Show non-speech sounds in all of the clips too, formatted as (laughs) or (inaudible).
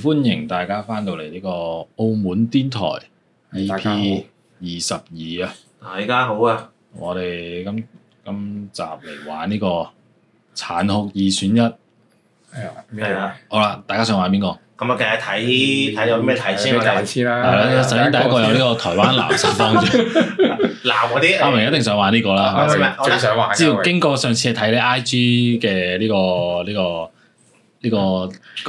歡迎大家翻到嚟呢個澳門電台大家好 EP 二十二啊！大家好啊！我哋今今集嚟玩呢個殘酷二選一。哎係啊，嗯咩係啊，好啦，大家想玩邊個？咁啊，梗係睇睇有咩睇先，我俾大家哋知係啦。啦，首先第一個有呢個台灣男神幫 (laughs) 主，鬧嗰啲。阿明一定想玩呢個啦。係咪先係咪我最想玩嘅。知道經過上次睇你 I G 嘅呢個呢個呢個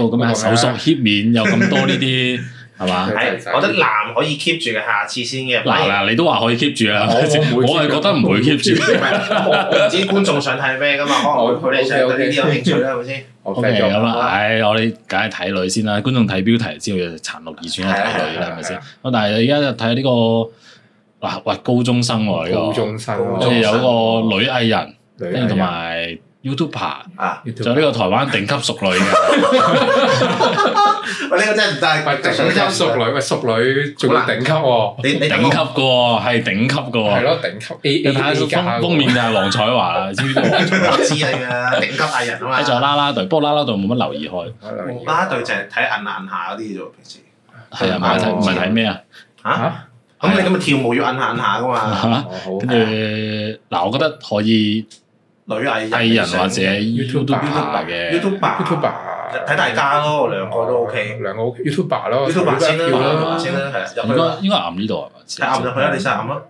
個咁嘅啊搜索頁面有咁多呢 (laughs) 啲係嘛？哎係，我覺得男可以 keep 住嘅，下次先嘅。嗱嗱，你都話可以 keep 住啦，我我唔會我係 keep 覺得唔會 keep 住。 (laughs) 唔係我我唔知觀眾想睇咩噶嘛，可能哦佢哋想對 OK，OK 呢啲有興趣啦，係咪先？我 O friend K 咗咁我啦，唉，我哋梗係睇女先啦，觀眾睇標題知道就殘酷二選一睇女啦，係咪先？咁但係而家就睇呢個嗱，喂高中生喎呢高個，中生啊喎，即係有個女藝人，女藝跟人住同埋 YouTuber，啊，仲有呢個台灣頂級熟女嘅。喂，呢個真係唔唔係得，頂級淑女，喂淑女仲要頂級喎，你你頂級嘅喎，係頂級嘅係喎。咯頂級 A 你 A 睇 A 下加封封面就係黃彩華啦，你知唔知黃 (laughs) 彩華？我知你㗎，頂級藝人啊嘛喺。仲有啦啦隊，不過啦啦隊冇乜留意開，無啦啦隊就係睇銀眼下嗰啲啫喎，平時。係啊，唔係睇唔係睇咩啊？嚇？嚇，咁你咁嘅跳舞要銀眼下噶 (laughs) 嘛？我嚇好啊跟住嗱，我覺得可以女藝人藝人或者 YouTuber YouTuber 嘅， YouTuber， YouTuber 哦睇大家咯，兩個都 OK。兩個 YouTuber 咯 YouTuber 先叫啦，啦先啦，係啊，入應去啦該。應該暗呢度係嘛？睇暗入去啦，你先暗啦。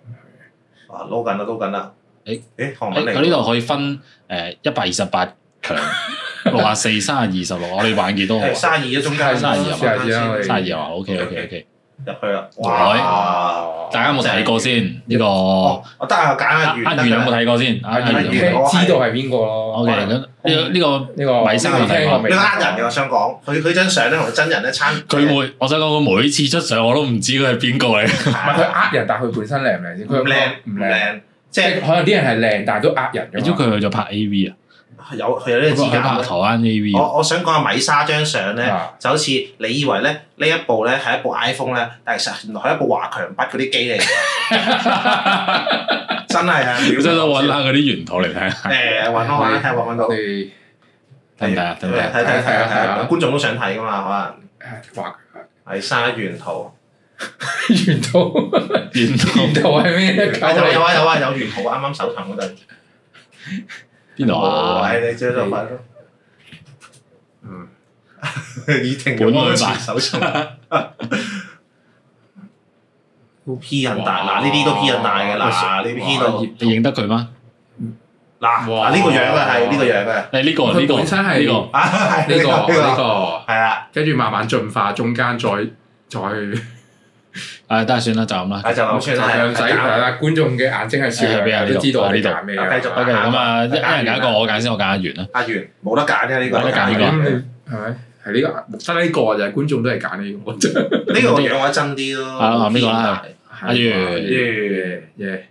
啊，撈緊啦，撈緊啦。誒誒，韓文誒嚟佢㗎。呢度可以分誒一百二十八強、六啊四、三啊二十六，我哋玩幾多好啊誒，？三二啊，中間三十二啊三三十二啊我哋三廿二啊，OK OK OK，入去啦。哦哇！哇大家有冇睇過先呢個？哦，我得啊，揀阿阿阿袁袁呃有冇睇過先？阿阿袁袁有阿冇睇袁我知係道係邊個咯 O K，咁呢個呢個呢個米生有睇過我你未個呃人嘅，我想講，佢佢張相咧同真人咧差。佢每我想講佢每次出相我都唔知佢係邊個嚟，唔係佢 (laughs) 呃人，但係佢本身靚唔靚先？佢唔靚唔唔靚，靚，即即係係可能啲人係靚，但係都呃人㗎嘛。你知佢去咗拍 A V 啊？有佢有呢個佢資拍台格。灣 A V，我我想講阿米莎張相咧。啊就好似你以為咧呢一部咧係一部 iPhone 咧，但係其實原來係一部華強北嗰啲機嚟 (laughs) 嘅，真係啊！你真係揾下嗰啲原圖嚟睇下，誒揾咯，揾啦睇下揾唔揾到我。哋得唔得啊？得唔得睇啊？睇睇睇睇睇睇睇，觀眾都想睇噶嘛，誒話 (laughs) 可能係沙原圖。沿途原圖沿途係咩咧？有啊有啊有啊有原圖，啱啱搜尋嗰陣。邊度哦，啊？係你知道咪咯？嗯， (laughs) 已停咗安全搜尋。 (laughs) 都 P 人大嗱，呢啲都 P 人大嘅嗱，呢啲 P 到你認得佢嗎？嗱哇嗱呢個樣嘅係呢個樣嘅你呢個呢佢個本身係呢個啊係呢個呢個，呢個係啊，跟住慢慢進化，中間再再誒，啊得算啦，就咁啦。啊係就咁就算啦，向係仔係啊啦，觀眾嘅眼睛係笑係俾人嘅，呢度都知道啊呢度你揀咩啊嘅。繼續 O K，咁啊，一一人揀一個，我揀先，我揀阿袁啦。阿袁冇得揀嘅呢個，嗯冇得揀呢個咁你啊係咪？係呢個得呢個啊就係觀眾都係揀呢個啫。呢個樣我真啲咯。係啊啦呢個啦阿月耶耶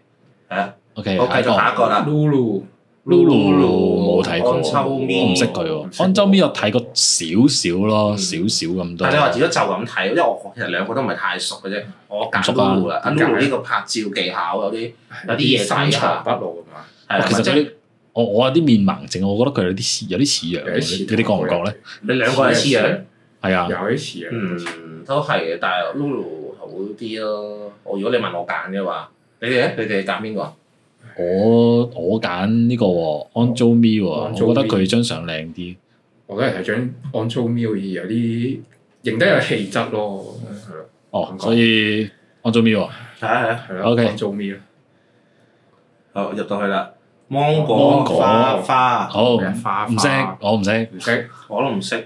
O K，好，下一繼個續下一個啦。 ，Lulu Lulu 冇睇過，安秋咪我唔識佢喎。安州咪我睇過少少咯，少少咁多但。你話如果就咁睇，因為我其實兩個都唔係太熟嘅啫。我揀唔熟啊 Lulu 啦，阿點解 Lulu 呢個拍照技巧有啲有啲嘢深藏睇下，不露啊嘛。係啦哦其實即嗰係啲我我有啲面盲症，我覺得佢有啲似有啲似樣有啲似喎，你你哋覺唔覺咧？你兩個係黐樣，係啊，有啲似啊。嗯，都係嘅。但係 Lulu 好啲咯。我如果你問我揀嘅話，你哋咧，你哋揀邊個啊？我我揀呢個喎，Angel Me 喎，我 Angel 覺得 Me 佢張相靚啲。我都係睇張 On Show m i l 有啲認得有氣質咯，係咯，哦咁，講所以 Angel Me 喎，係啊係啊，係咯 OK On Show m i l 好入到去啦。芒芒果果花花，好，咩唔啊花識花，我唔識。唔識我都唔識。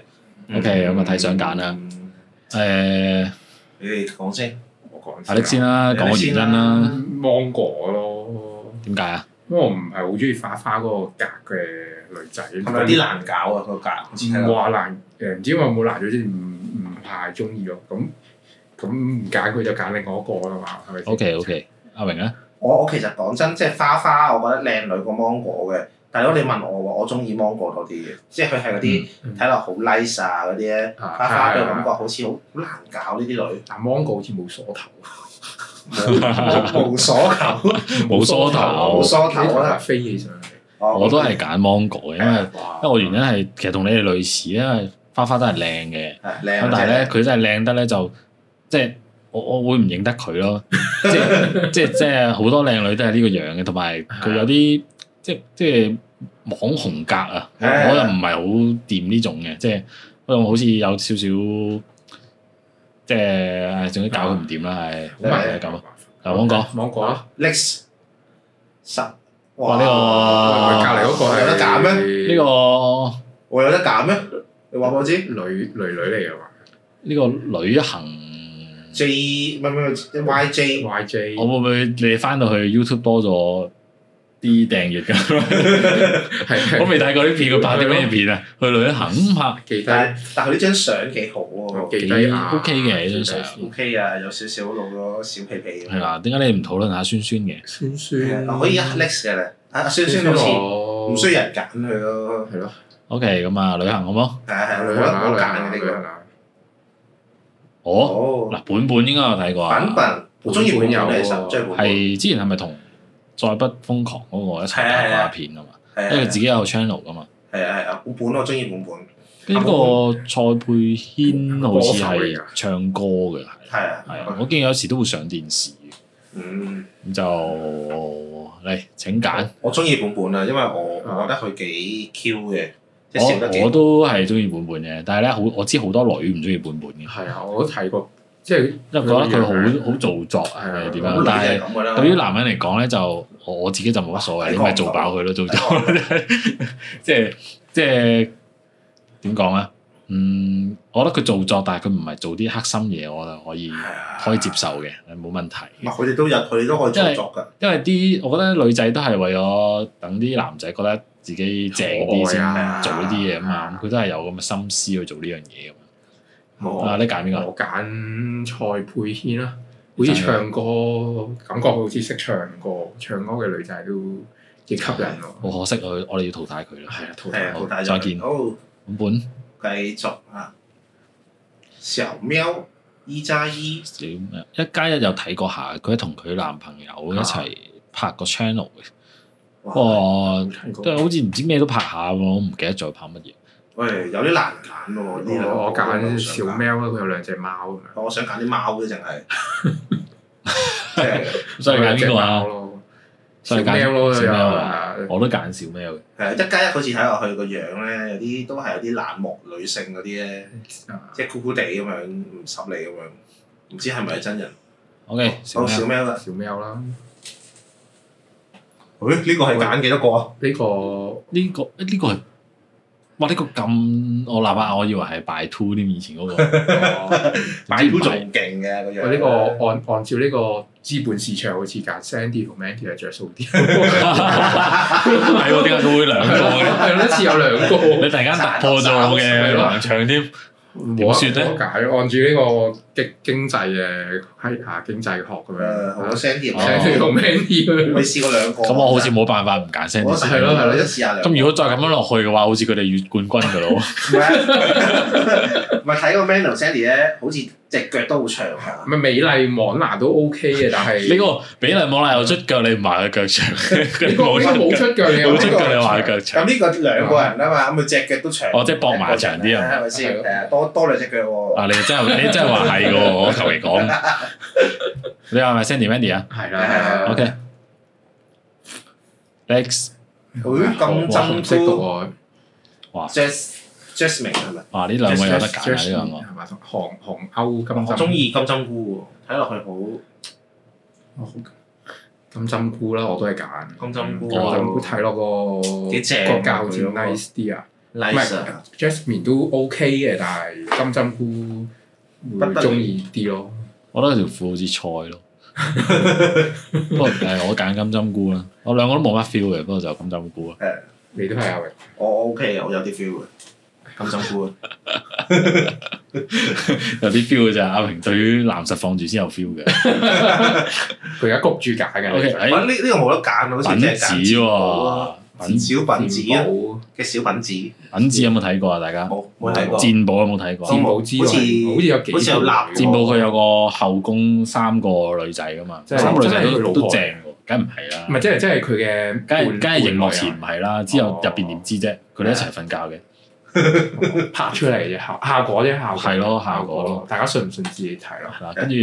OK，咁啊睇相揀啦。嗯誒，你哋講先，啊我講阿力先啦，啦，講個原因啦，芒果咯，點解啊？因為我唔係好中意花花嗰個格嘅女仔，係咪有啲難搞啊個價？唔話難誒，唔知有冇難咗先，唔唔太中意咯。咁咁唔揀佢就揀另外一個啦嘛，係咪先 OK OK，阿榮啊咧，我我其實講真，即係花花，我覺得靚女過芒果嘅。但係如果你問我嘅話，我中意芒果多啲嘅，即係佢係嗰啲嗯睇落好 nice 啊嗰啲咧，啊花花係嘅啊感覺好似好好難搞呢啲女，但芒果好似冇梳頭，無無所 (laughs) 求。冇梳頭冇梳頭啊啲啦係飛起上嚟，哦我都係揀芒果嘅，因為因為我原因係其實同你哋類似，因為花花真係靚嘅，係咁靚，啊但係啊咧佢真係靚得咧就即係我我會唔認得佢 (laughs) 咯，即係即係即係好多靚女都係啊呢個樣嘅，同埋佢有啲即係即係網紅格啊，我係我又唔係好掂呢種嘅，即係我又好似有少少即係唉總之搞佢唔掂啦，係好麻好係煩咁啊，嗱芒果，芒果啊， Lex 十哇呢喂個啊隔離嗰個係有得揀呢咩？個。我有得揀咩？你話我知女女女嚟嘅嘛呢個旅行， J 唔係唔係 YJ ，YJ 我會唔會你翻到去 YouTube 多咗啲訂閱㗎？係我未睇過啲片，佢拍啲咩片啊？去旅行拍記低但係但係佢呢張相幾好喎記幾低啊 OK 嘅呢張相，OK 啊，有少少露咗小屁屁咁係啦。點解你唔討論下酸酸嘅？酸係啊酸可以 Lex 嘅咧，阿阿酸酸好似唔唔需要人揀佢咯，係咯， OK，咁啊，旅行好冇？係啊係啊，啊女冇係得嘛冇女係得揀嘛女啊嘅呢係個。嘛，哦，哦，嗱，本本應該有睇過版啊，本我中意本本嘅其實我中意本本，係之前係咪同再不瘋狂嗰個一齊拍過一片啊嘛？係因為佢啊自己有 channel 噶嘛。係啊係啊，本本我中意本本，呢個蔡佩軒好似係唱歌嘅，係係啊係啊，我見有時都會上電視嘅。嗯。咁就嚟請揀，我中意本本啊，因為我我覺得佢幾 Q 嘅，即係笑得我我幾都係中意本本嘅，但係咧好我知好多女唔中意本本嘅，係啊，我都睇過，即係因為覺得佢佢好好做作係啊啊點好樣，但係咁嘅啦。對於男人嚟講咧就我我自己就冇乜所謂，你咪做飽佢咯，做作 (laughs) 即係即係點講啊？嗯，我覺得佢做作，但係佢唔係做啲黑心嘢，我就可以係啊可以接，受嘅，冇問題。唔係佢哋都有，佢哋都可以做作㗎。因為啲我覺得女仔都係為咗等啲男仔覺得自己正啲先可愛啊做呢啲嘢啊嘛，咁佢都係有咁嘅心思去做呢樣嘢咁樣。啊，冇你揀邊個？我揀蔡佩軒啦，好似唱歌感覺好似識唱歌，唱歌嘅女仔都幾吸引喎。好可惜，我我哋要淘汰佢啦。係啊，淘係汰啊，好好大再見好，咁本繼續啊，小喵伊扎伊一加一有睇過下，佢同佢男朋友一齊拍個 channel 嘅，不哦哇，過睇過都係好似唔知咩都拍下喎，我唔記得咗拍乜嘢。喂，有啲難揀喎。呢兩個哦我我揀小我想揀，喵啦，佢有兩隻貓咁樣。我想揀啲貓嘅，淨係即係所以揀邊個啊？咯，所小以揀喵咯，小有喵啊啊！我都揀小喵嘅。係啊一加一好似睇落去個樣咧，有啲都係有啲冷漠女性嗰啲咧，即係酷酷地咁樣，唔濕你咁樣，唔知係咪真人？ OK，小哦好喵小喵啊啦。啊小喵啦，誒呢個係揀幾多個啊？呢個呢個呢個係哇呢個咁我立下，我以為係 by two 添，以前嗰 (laughs) 個擺股仲勁嘅個樣。哦我呢個按按照呢個資本市場，好似揀 Sandy 同 Mandy 係着數啲。 (laughs) 係喎，點解佢會兩個 (laughs) 嘅？係咯，一次有兩你個。突然間突破咗啊哦我嘅盲腸添，點算咧冇解按住呢個經經濟嘅係啊經濟學咁誒好樣。啊聲碟好聲，Sandy 啊！同 Mandy 哦咁我樣試過兩個。咁我好似冇辦法唔揀聲我啲。試係咯係咯一試下兩個。咁如果再咁樣落去嘅話，好似佢哋越冠軍㗎咯。唔係啊唔係睇個 Man 同 Sandy 咧，好似隻腳都好長啊！咪美麗網娜都 OK 嘅，但係你個比例網絡又出腳，你唔話佢腳長，佢呢個冇呢個出冇腳，出腳，你冇有出腳你話佢腳長。咁呢個兩個人啊嘛，咁佢隻腳都長。哦即係搏埋長啲啊係咪先？係啊，多多兩隻腳喎。啊！你真係你真係話係嘅喎，我求其講。你話係咪 Sandy Mandy 啊係係啦啊。 ？Lex，佢咁我唔識真到哦高喎。哇 Jas Jasmine 係咪？哇！呢兩個有得揀啊，呢兩個。係嘛？韓韓歐金我針哦中意金針菇喎，睇落去好金針菇啦，我都係揀金針菇金針菇睇落個幾正啊個教字佢嗰個 nice 啲啊。唔 nice 係啊！ Jasmine 都 OK 嘅，但係金針菇會中意啲咯。我覺得條褲好似菜咯。不過誒，我揀金針菇啦。我兩個都冇乜 feel 嘅，不過就金針菇啦。啊你都係阿榮，我我 OK 嘅，我有啲 feel 嘅。金針菇啊，有啲 feel 嘅咋。阿平對於男實放住先有 feel 嘅。佢而家谷住假嘅。 O K，喂呢呢個冇得揀，啊好似品淨係哎子揀紙寶啊喎，品小品子啊寶，嘅小品子，品子有冇睇過啊？大家冇冇睇過。戰寶有冇睇過？戰寶之類好似好似有幾好似有臘戰寶佢有個後宮三個女仔噶嘛，真係三個女仔真係佢老都婆都正喎，梗唔係唔係啦，即係即係佢嘅梗係伴梗係熒幕伴侶啊前唔係啦，之後入邊點知啫？佢哋一齊瞓覺嘅，拍出 (laughs) 嚟嘅效效果啫，效果係咯效果咯，大家信唔信自己睇咯？係啦，跟住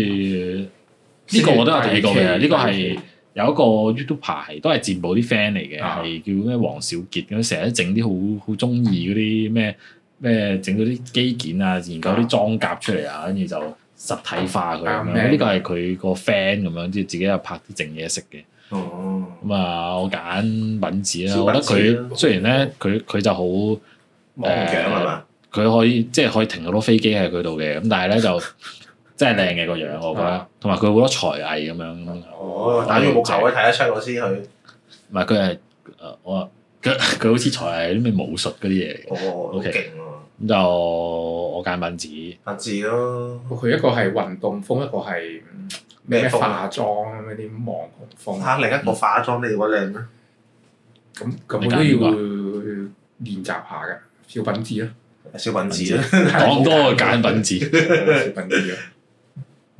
呢個我都有睇過嘅，呢個係有一個 YouTuber 係都係自保啲 friend 嚟嘅，啊係叫咩黃小傑咁，成日都整啲好好中意嗰啲咩咩整嗰啲機件啊，研究啲裝甲出嚟啊，跟住就實體化佢咁啊樣。呢個係佢個 friend 咁樣，即係自己又拍啲剩嘢食嘅。哦，咁啊，我揀品子啦，小我覺品得子啦佢雖然咧，佢佢就好。望獎係嘛？佢可以即係可以停好多飛機喺佢度嘅，咁但係咧就真係靚嘅個樣，我覺得，同埋佢好多才藝咁樣。哦，打羽毛球可以睇得出我先去。唔係佢係誒呃我佢佢好似才藝啲咩武術嗰啲嘢嚟嘅。哦，好 OK 勁咁喎，就我揀品子，阿志咯，佢一個係運動風，一個係嗯咩咩風化妝嗰啲網紅風。嚇另一個化妝你覺得靚咩？咁咁你揀邊個我都要練習下嘅，小品子咯。小品子啦講多我揀品子。小品子咯。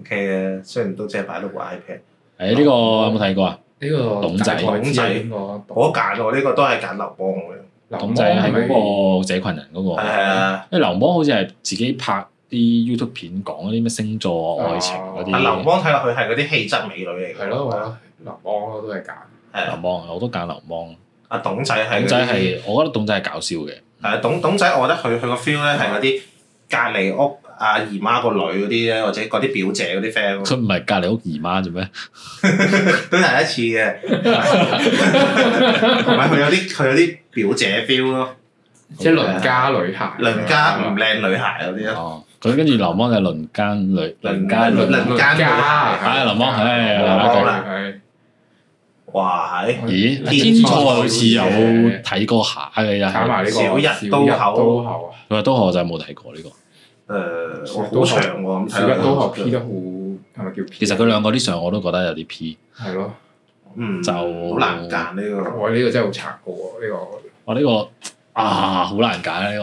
，OK 嘅，雖然都只係擺到個 iPad。誒呢個有冇睇過啊？呢個董仔大概知係邊個？我揀喎，呢個都係揀劉邦嘅。劉咁就係芒係係咪嗰個社群人嗰個。係啊，因為劉芒好似係自己拍啲 YouTube 片講嗰啲咩星座愛情嗰阿啊劉啲。邦睇落去係嗰啲氣質美女嚟嘅。係咯，係咯，流氓咯都係揀。係劉啊。芒我都揀劉芒。阿董仔係董嗰啲仔係我覺得董仔係搞笑嘅。係啊，董董仔，我覺得佢佢個 feel 咧係嗰啲隔離屋阿姨媽個女嗰啲咧，或者嗰啲表姐嗰啲 friend (laughs) 咯佢唔係隔離屋姨媽啫咩？都係一次 (laughs) 嘅，同埋佢有啲佢有啲表姐 feel 咯，即係鄰家女孩，鄰家唔靚女孩嗰啲咯，哦，佢跟住流氓就輪奸女，輪奸鄰女。嗯鄰家女孩，係流氓係流氓啦係哇係咦？天天錯好似有小姐睇過下嘅，又揀係埋呢個小日刀口刀口啊！佢話都我就冇睇過呢個。誒，我好長喎，咁小日睇刀落口去 P 得好係咪叫 P？其實佢兩個啲相我都覺得有啲 P。係咯，嗯就好難揀呢個，我呢個真係好殘酷喎！呢我呢個啊好難揀啊呢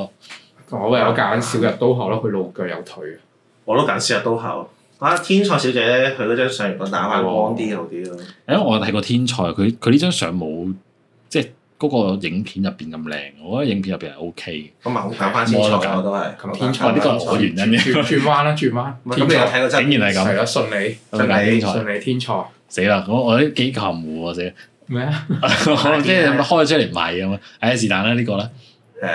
個。個我唯有揀小日刀口咯，佢露腳有腿啊！我都揀小日刀口。啊，天菜小姐咧，佢嗰張相如果打翻光啲好啲咯，因為我睇過天才，佢佢呢張相冇即係嗰個影片入邊咁靚，我覺得影片入邊係 O K 咁咪好揀翻天菜我都係。咁天菜哦呢個係我原因嘅轉轉彎啦，轉彎唔係咁你有睇過嘅，真竟然係係咁。啦，順利咁咪揀天才順利天才死啦！我我啲幾含糊啊，死！咩啊？我即係開咗出嚟賣咁啊！唉，是但啦，呢個啦。誒？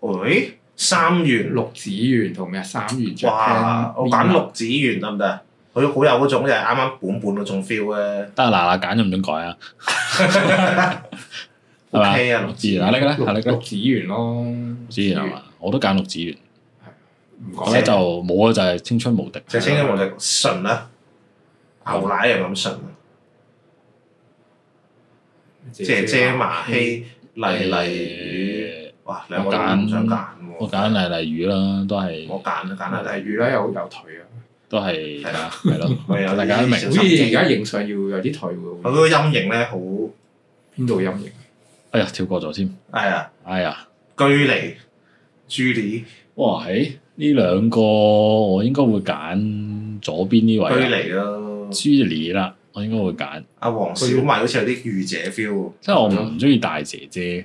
喂，三元六子園同咩三元雀哇！我揀揀六子園得唔得？佢好有嗰種就係啱啱本本嗰種 feel 咧。得啦嗱嗱揀就唔准改啊， O 係嘛？ K 啊，六子源啊，呢個咧，係呢個六六子園咯，六子源係嘛？我都揀六子源，唔我講咧啦就冇啊，就係青春無敵。就清嘅無力純啦，牛奶又咁純，姐姐麻希麗麗魚，誒哇！兩個都唔想揀我喎，揀麗麗魚啦，都係我揀都揀但麗係麗魚。例如咧有有腿啊，都係係啊係咯， (laughs) 我有大家都明好似而家影相要有啲腿佢嗰會個陰影咧好邊度陰影？哎呀跳過咗添，係啊，哎呀，居離朱莉哇喺呢兩個我應該會揀左邊呢居位啦離咯， ，Julie 啦，我應該會揀，阿黃小米好似有啲御姐 feel 即係我唔中意大姐姐，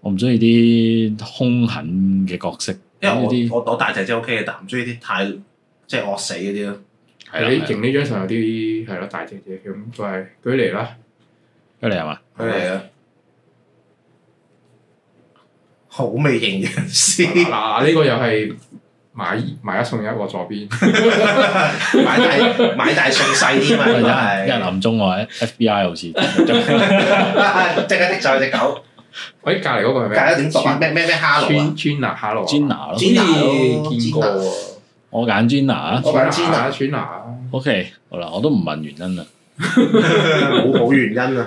我唔中意啲兇狠嘅角色，喎，因呢為啲我我我大姐姐 O K 嘅，但唔中意啲太即係惡死嗰啲咯。係啦，你係啦影呢張相有啲係咯大姐姐咁，就係舉嚟啦，出嚟係嘛？佢嚟啊！好味營養師，嗱嗱呢個又係買買一送一喎左 (laughs) 邊，買大買大送細啲嘛，有人應有人該暗中話 FBI 好似 (laughs) 係 (laughs) 即刻剔走隻狗，喂隔離嗰個係隔咩？一點讀啊？咩咩咩哈羅啊？川川拿哈羅啊， Jenna 好咯似，見過喎，我揀 Jenna 啊。我揀川 Jenna 拿川拿。 OK，好啦，我都唔問原因啦。冇冇原因啊！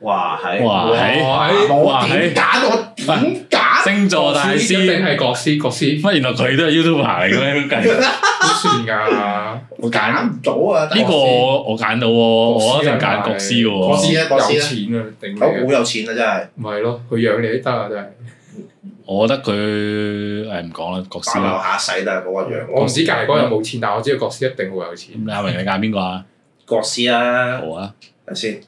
哇係啊哇係哇我哇啊啊點係揀我點揀？星座大 (laughs) 一定師，係國師，國師啊乜原來佢都係 YouTuber 嚟嘅咩？計都啊算㗎。我揀唔到啊！呢個我我揀到喎，我一定揀國師嘅國喎。師國師啊有錢啊，頂好你啊！好有錢啊！真係唔係咯，佢養你都得啊，真係。我覺得佢誒唔講啦，國師啊擺埋啦。下世都係嗰個樣。我唔知隔離嗰人有冇錢，但我知道國師一定好有錢。咁阿明你揀邊個啊？國師啊， (laughs) 好啊，哎係咪先？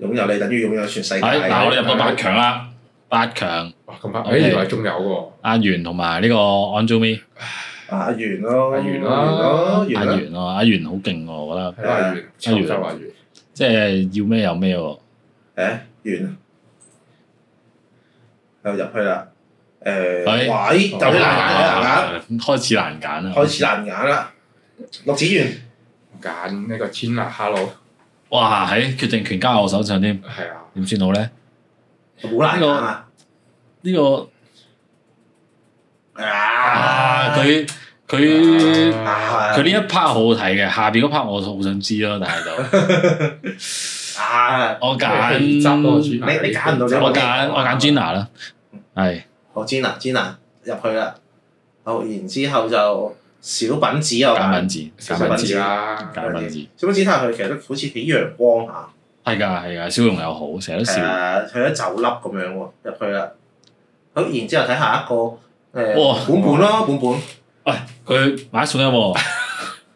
擁有你等於擁有全世界。係嗱，我哋入到八強啦。八強哇咁啊！ OK 誒原來仲有喎，阿元同埋呢個 Anjumi 啊完咯，啊完啦完阿啦，元啊，阿元好勁喎，我覺得係啦，阿元，阿潮元州阿元，即係要咩有咩喎。誒完啦，又入去啦，誒係喂，有啲難揀，有啲難啊開始難揀啊啦揀，。開始難揀啦，陸子源。揀呢個千娜哈魯，哇！喺決定權交喺我手上添，係啊，點算好咧？好難揀啊！呢個啊，佢佢啊佢呢一 part 好好睇嘅，下邊嗰 part 我好想知咯，但係就啊，我佢執咯，千揀娜你你揀唔到啫我揀我揀 Jenna 啦，係好 Jenna Jenna 入去啦，好，然之後就小品子啊又揀文揀，字，小揀文品字，字啦，揀文字，小品子睇下佢其實都好似幾陽光下，係㗎係㗎，笑容又好，成日都笑係。啊，佢都走粒咁樣喎，入去啦。好，然之後睇下一個哇誒本本咯，本本佢買一送一喎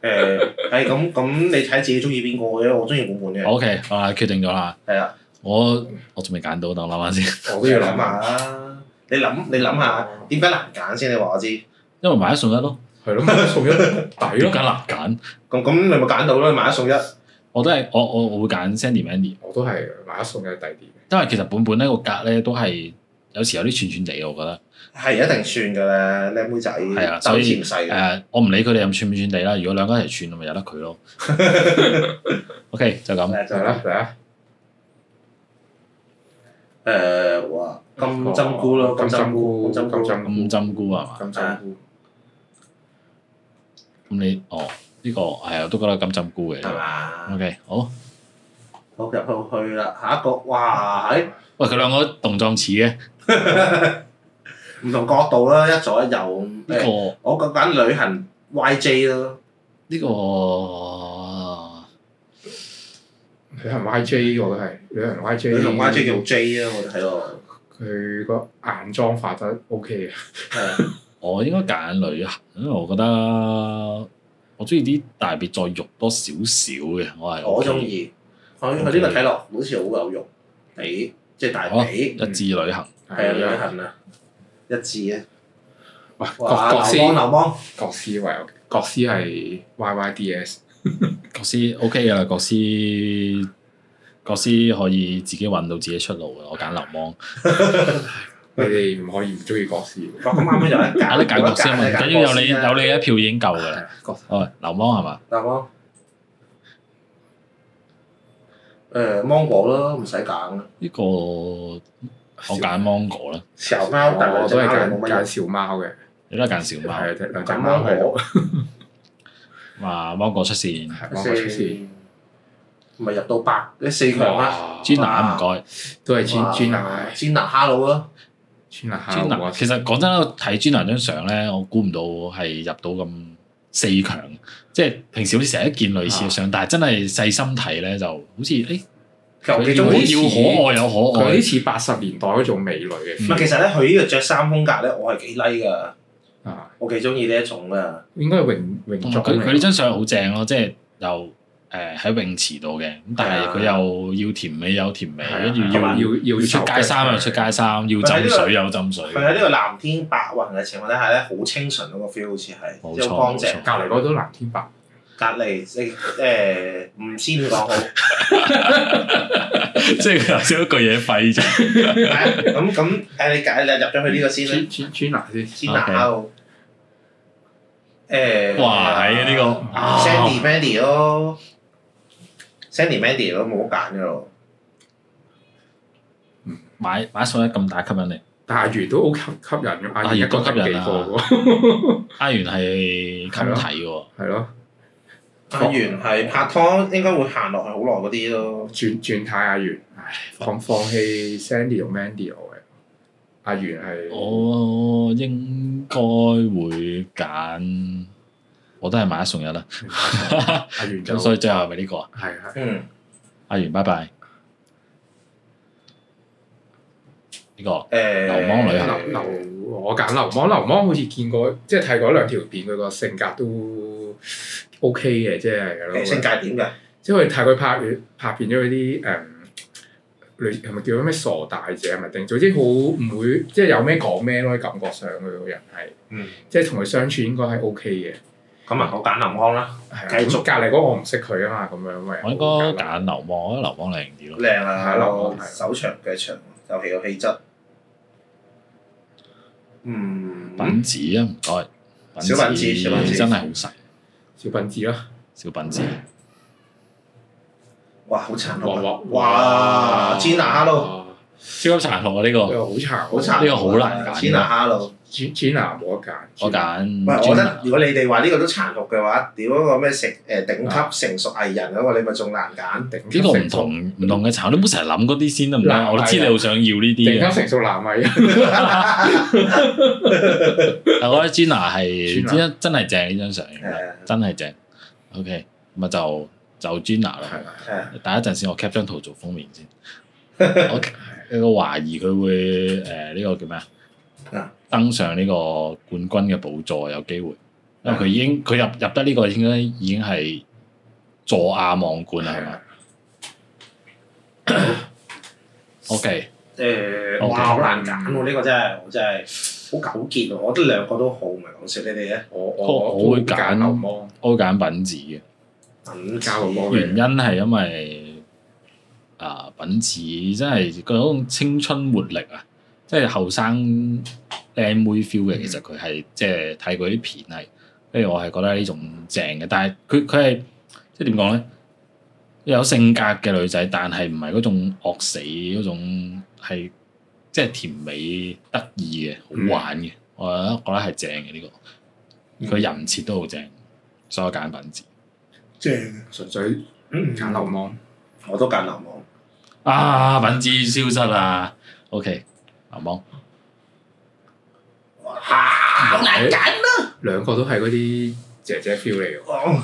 誒係咁咁，你睇自己中意邊個嘅，我中意本本嘅， ，OK，我決定咗啦。係啊，我我仲未揀到，等我諗下先。 (laughs) 我都都要要諗諗下下，啦。你諗你諗下點解難揀先？你話我知，咁因為買一送一咯，係咯，送咗點抵解咯，難揀？咁你咪揀到咯，買一送一。我都係我我我會揀 Sandy Mandy，我都係買一送一抵啲嘅，因為其實本本呢個格咧都係有時有啲串串地，我覺得。係一定算㗎啦，靚妹仔，係啊走所以甜誒、細嘅，我唔理佢哋咁串唔串地啦，如果兩個一齊串，咪由得佢 (laughs) 咯。OK，就咁。誒就係啦係啊啦，，係啦，誒呃哇，金針菇咯，嗯金針菇，金哦金針菇，針菇，咁針菇啊係嘛？金針菇，咁你哦呢、個係我都覺得咁針菇係嘅。嘛？ OK，好。好入到去啦，下一個，哇，喺喂，佢兩個動作似嘅，呢、唔同角度啦，一左一右咁。誒個呢、我講緊旅行 YJ 咯，個旅行 YJ 我都係旅行 YJ，嗯旅行 YJ 叫 J 啊，我睇咯， (laughs) 佢個眼妝化得 OK 嘅，係啊我應該揀旅行，因為我覺得我中意啲大別再肉多少少嘅，我係我 OK 中意。佢佢呢個睇落好似好有肉，髀即係大髀，一致旅行。係啊，旅行啊，一致啊，哇，哇，國國師流氓流氓，國師為國師係 YYDS，國師 OK 啊嘅啦，國師國師可以自己揾到自己出路嘅，我揀流氓。你哋唔可以唔中意國師嘅。哇咁啱啱 (laughs) 有得揀揀，得揀角色啊嘛，唔緊要有你先啊有你嘅一票已經夠㗎啦。係國師哦，流氓係嘛？但我誒呃芒果咯，唔使揀啊啦。呢個我揀芒果啦，小貓，但哦係我隻都貓係又揀冇揀乜嘢。小貓嘅，你都係揀小貓。係隻兩隻揀貓芒係果，話芒果出線係芒果出四事，咪入到八，你四強啦。哇，Jenna 唔該都係啊哇 Jen Jenna 煎哦拿蝦佬咯， Jenna 下我 Jenna。其實講真啦，我睇 Jenna 張相咧，我估唔到係入到咁四強，即係平時好似成日都見類似嘅相，但係真係細心睇咧，就好似哎誒其實我幾中意。佢要要可愛有可佢愛啲。似八十年代嗰種美女嘅嗯唔係，其 feel 實咧，佢呢個着衫風格咧，我係幾 like 噶，啊，我幾中意呢一種噶。應該係泳泳同裝埋哦佢嚟佢呢張相好正咯，即係又誒喺泳池度嘅，咁但係佢又要甜美有甜美，係啊跟住同要埋要要要出街衫又啊出街衫，要浸水又浸水。佢啊喺呢個藍天白雲嘅情況底下咧，好清純嗰個 feel 好似冇係，錯即係好乾冇。淨錯隔離嗰度藍天白，隔離即誒唔先講 (laughs) 好，即係佢頭先嗰句嘢廢咗。係啊咁咁誒你解你入咗去呢個先啦。 Jen Jen Jenna 先，先拿咯。誒，哇！喺呢個啊 Sandy Mandy 咯，Sandy Mandy 咯，冇得揀嘅咯。買買送一咁大吸引力，但係魚都好吸吸引嘅，阿阿魚魚一個都吸引得幾啊個喎，阿元係襟睇喎，係咯。阿源係拍拖應該會行落去好耐嗰啲咯。轉轉態阿元，唉，放放棄 Sandy 同 Mandy 我嘅，阿元係哦我應該會揀，我都係買一送一啦。阿元就咁所係以最後係咪呢個啊？係嗯，阿元拜拜。呢個誒，流氓女啊啊流流我揀流氓，流氓好似見過，即係睇過兩條片，佢個性格都 OK 嘅，即係誒性咯，格點㗎？即係睇佢拍拍片咗嗰啲誒嗯類係咪叫咩傻大姐係咪定？總之好唔會即係有咩講咩咯，感覺上佢個人係嗯，即係同佢相處應該係 O K 嘅。咁啊，我揀林康啦，係啊，繼咁續隔離嗰個我唔識佢啊嘛，咁樣咪我應該揀流氓，我覺得流氓靚啲咯。靚係咯啊，係手長腳長，尤其有氣質。嗯，品子啊，唔該。小品子小品子真係好實，小品子咯，小品子。哇，好殘酷啊！哇哇，Gina Hello，超級殘酷啊！呢呢個個好殘，好殘呢酷啊個好難揀 Gina Hello， Gina 冇得揀，我揀喂，我覺得 Gina。如果你哋話呢個都殘酷嘅話，屌嗰個咩成誒頂級成熟藝人嗰個，你咪仲難揀。頂級呢個唔成熟同唔同嘅殘酷，你唔好成日諗嗰啲先得唔嗱得？我都知你好想要呢啲啊頂嘅級成熟男啊咪 (laughs) 但呃我覺得 Gina 係 Gina 真真係正呢張相，誒真係正。OK，咁啊就就 Gina 啦。係啦，誒等一陣先，我 cap 張圖做封面先。我有個懷疑佢會誒呢個叫咩啊啊？登上呢個冠軍嘅寶座有機會，因為佢已經佢入入得呢個應該已經係坐亞望冠啦，係嘛？OK，誒， OK 哇，好難揀喎！呢個真係，我真係好糾結喎。我覺得兩個都好，唔係講笑。你哋咧，我我我會揀流氓，我會揀品字嘅。等交個波原因係因為啊品子真係嗰種青春活力啊，即係後生靚妹 feel 嘅。嗯其實佢係即係睇佢啲片係，跟住我係覺得呢種正嘅。但係佢佢係即係點講咧？有性格嘅女仔，但係唔係嗰種惡死嗰種，係即係甜美得意嘅，嗯好玩嘅。我覺得覺得係正嘅呢、個，佢人設都好正，所以我揀品子。正，純粹嗯嗯揀流氓，我都揀流氓。啊，品質消失啦。OK，阿芒，哇，好難揀啊！兩個都係嗰啲姐姐 feel 嚟嘅，哦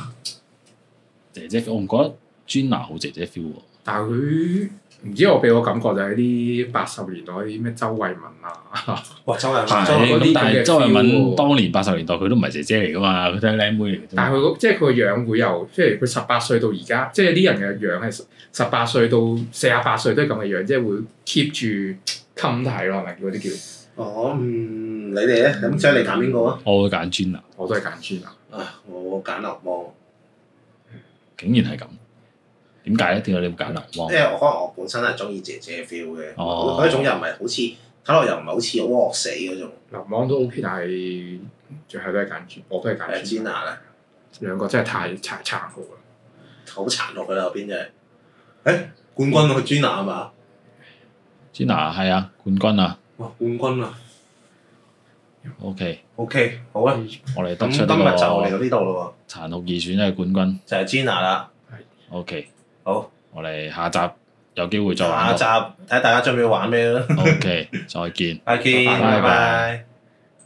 姐姐，我唔覺得 Gina 好姐姐 feel 喎。但係佢唔知我俾我感覺就係啲八十年代啲咩周慧敏嗯啊，哇，周慧敏，係周慧敏嗰啲咁但係周慧咁嘅 feel 敏喎當年八十年代佢都唔係姐姐嚟噶嘛，佢都係靚妹嚟嘅啫但係啊嘛。佢個即係佢個樣會由即係佢十八歲到而家，即係啲人嘅樣係十八歲到四十八歲都係咁嘅樣，即係會 keep 住襟睇咯，係咪嗰啲叫？哦，嗯，你哋咧，咁即係你揀邊個啊？我會哦揀 Gina，我都係揀 Gina，啊，我揀流氓，竟然係咁。點解咧？點解你會揀流因 (laughs) 氓？為我可能我本身係中意姐姐 feel 嘅，哦嗰種又唔係好似睇落又唔係好似好惡死嗰種。流氓都 OK，但係最後都係揀 Gina，我都係揀誒 Gina， Gina 咧，兩個真係太太殘酷啦。好殘酷嘅啦，後邊真係。誒，冠軍喎，Gina 係嘛？ Gina 係啊，冠軍啊。哇，冠軍啊 OK， ！OK，好啊，我哋得咁出今日呢就嚟個到呢度咯殘酷二選一嘅冠軍。喎，就係 Gina 啦。 OK，好，我哋下集有機會再下玩集過。睇大家準備玩咩啦。 OK，再見。再見，拜拜拜拜。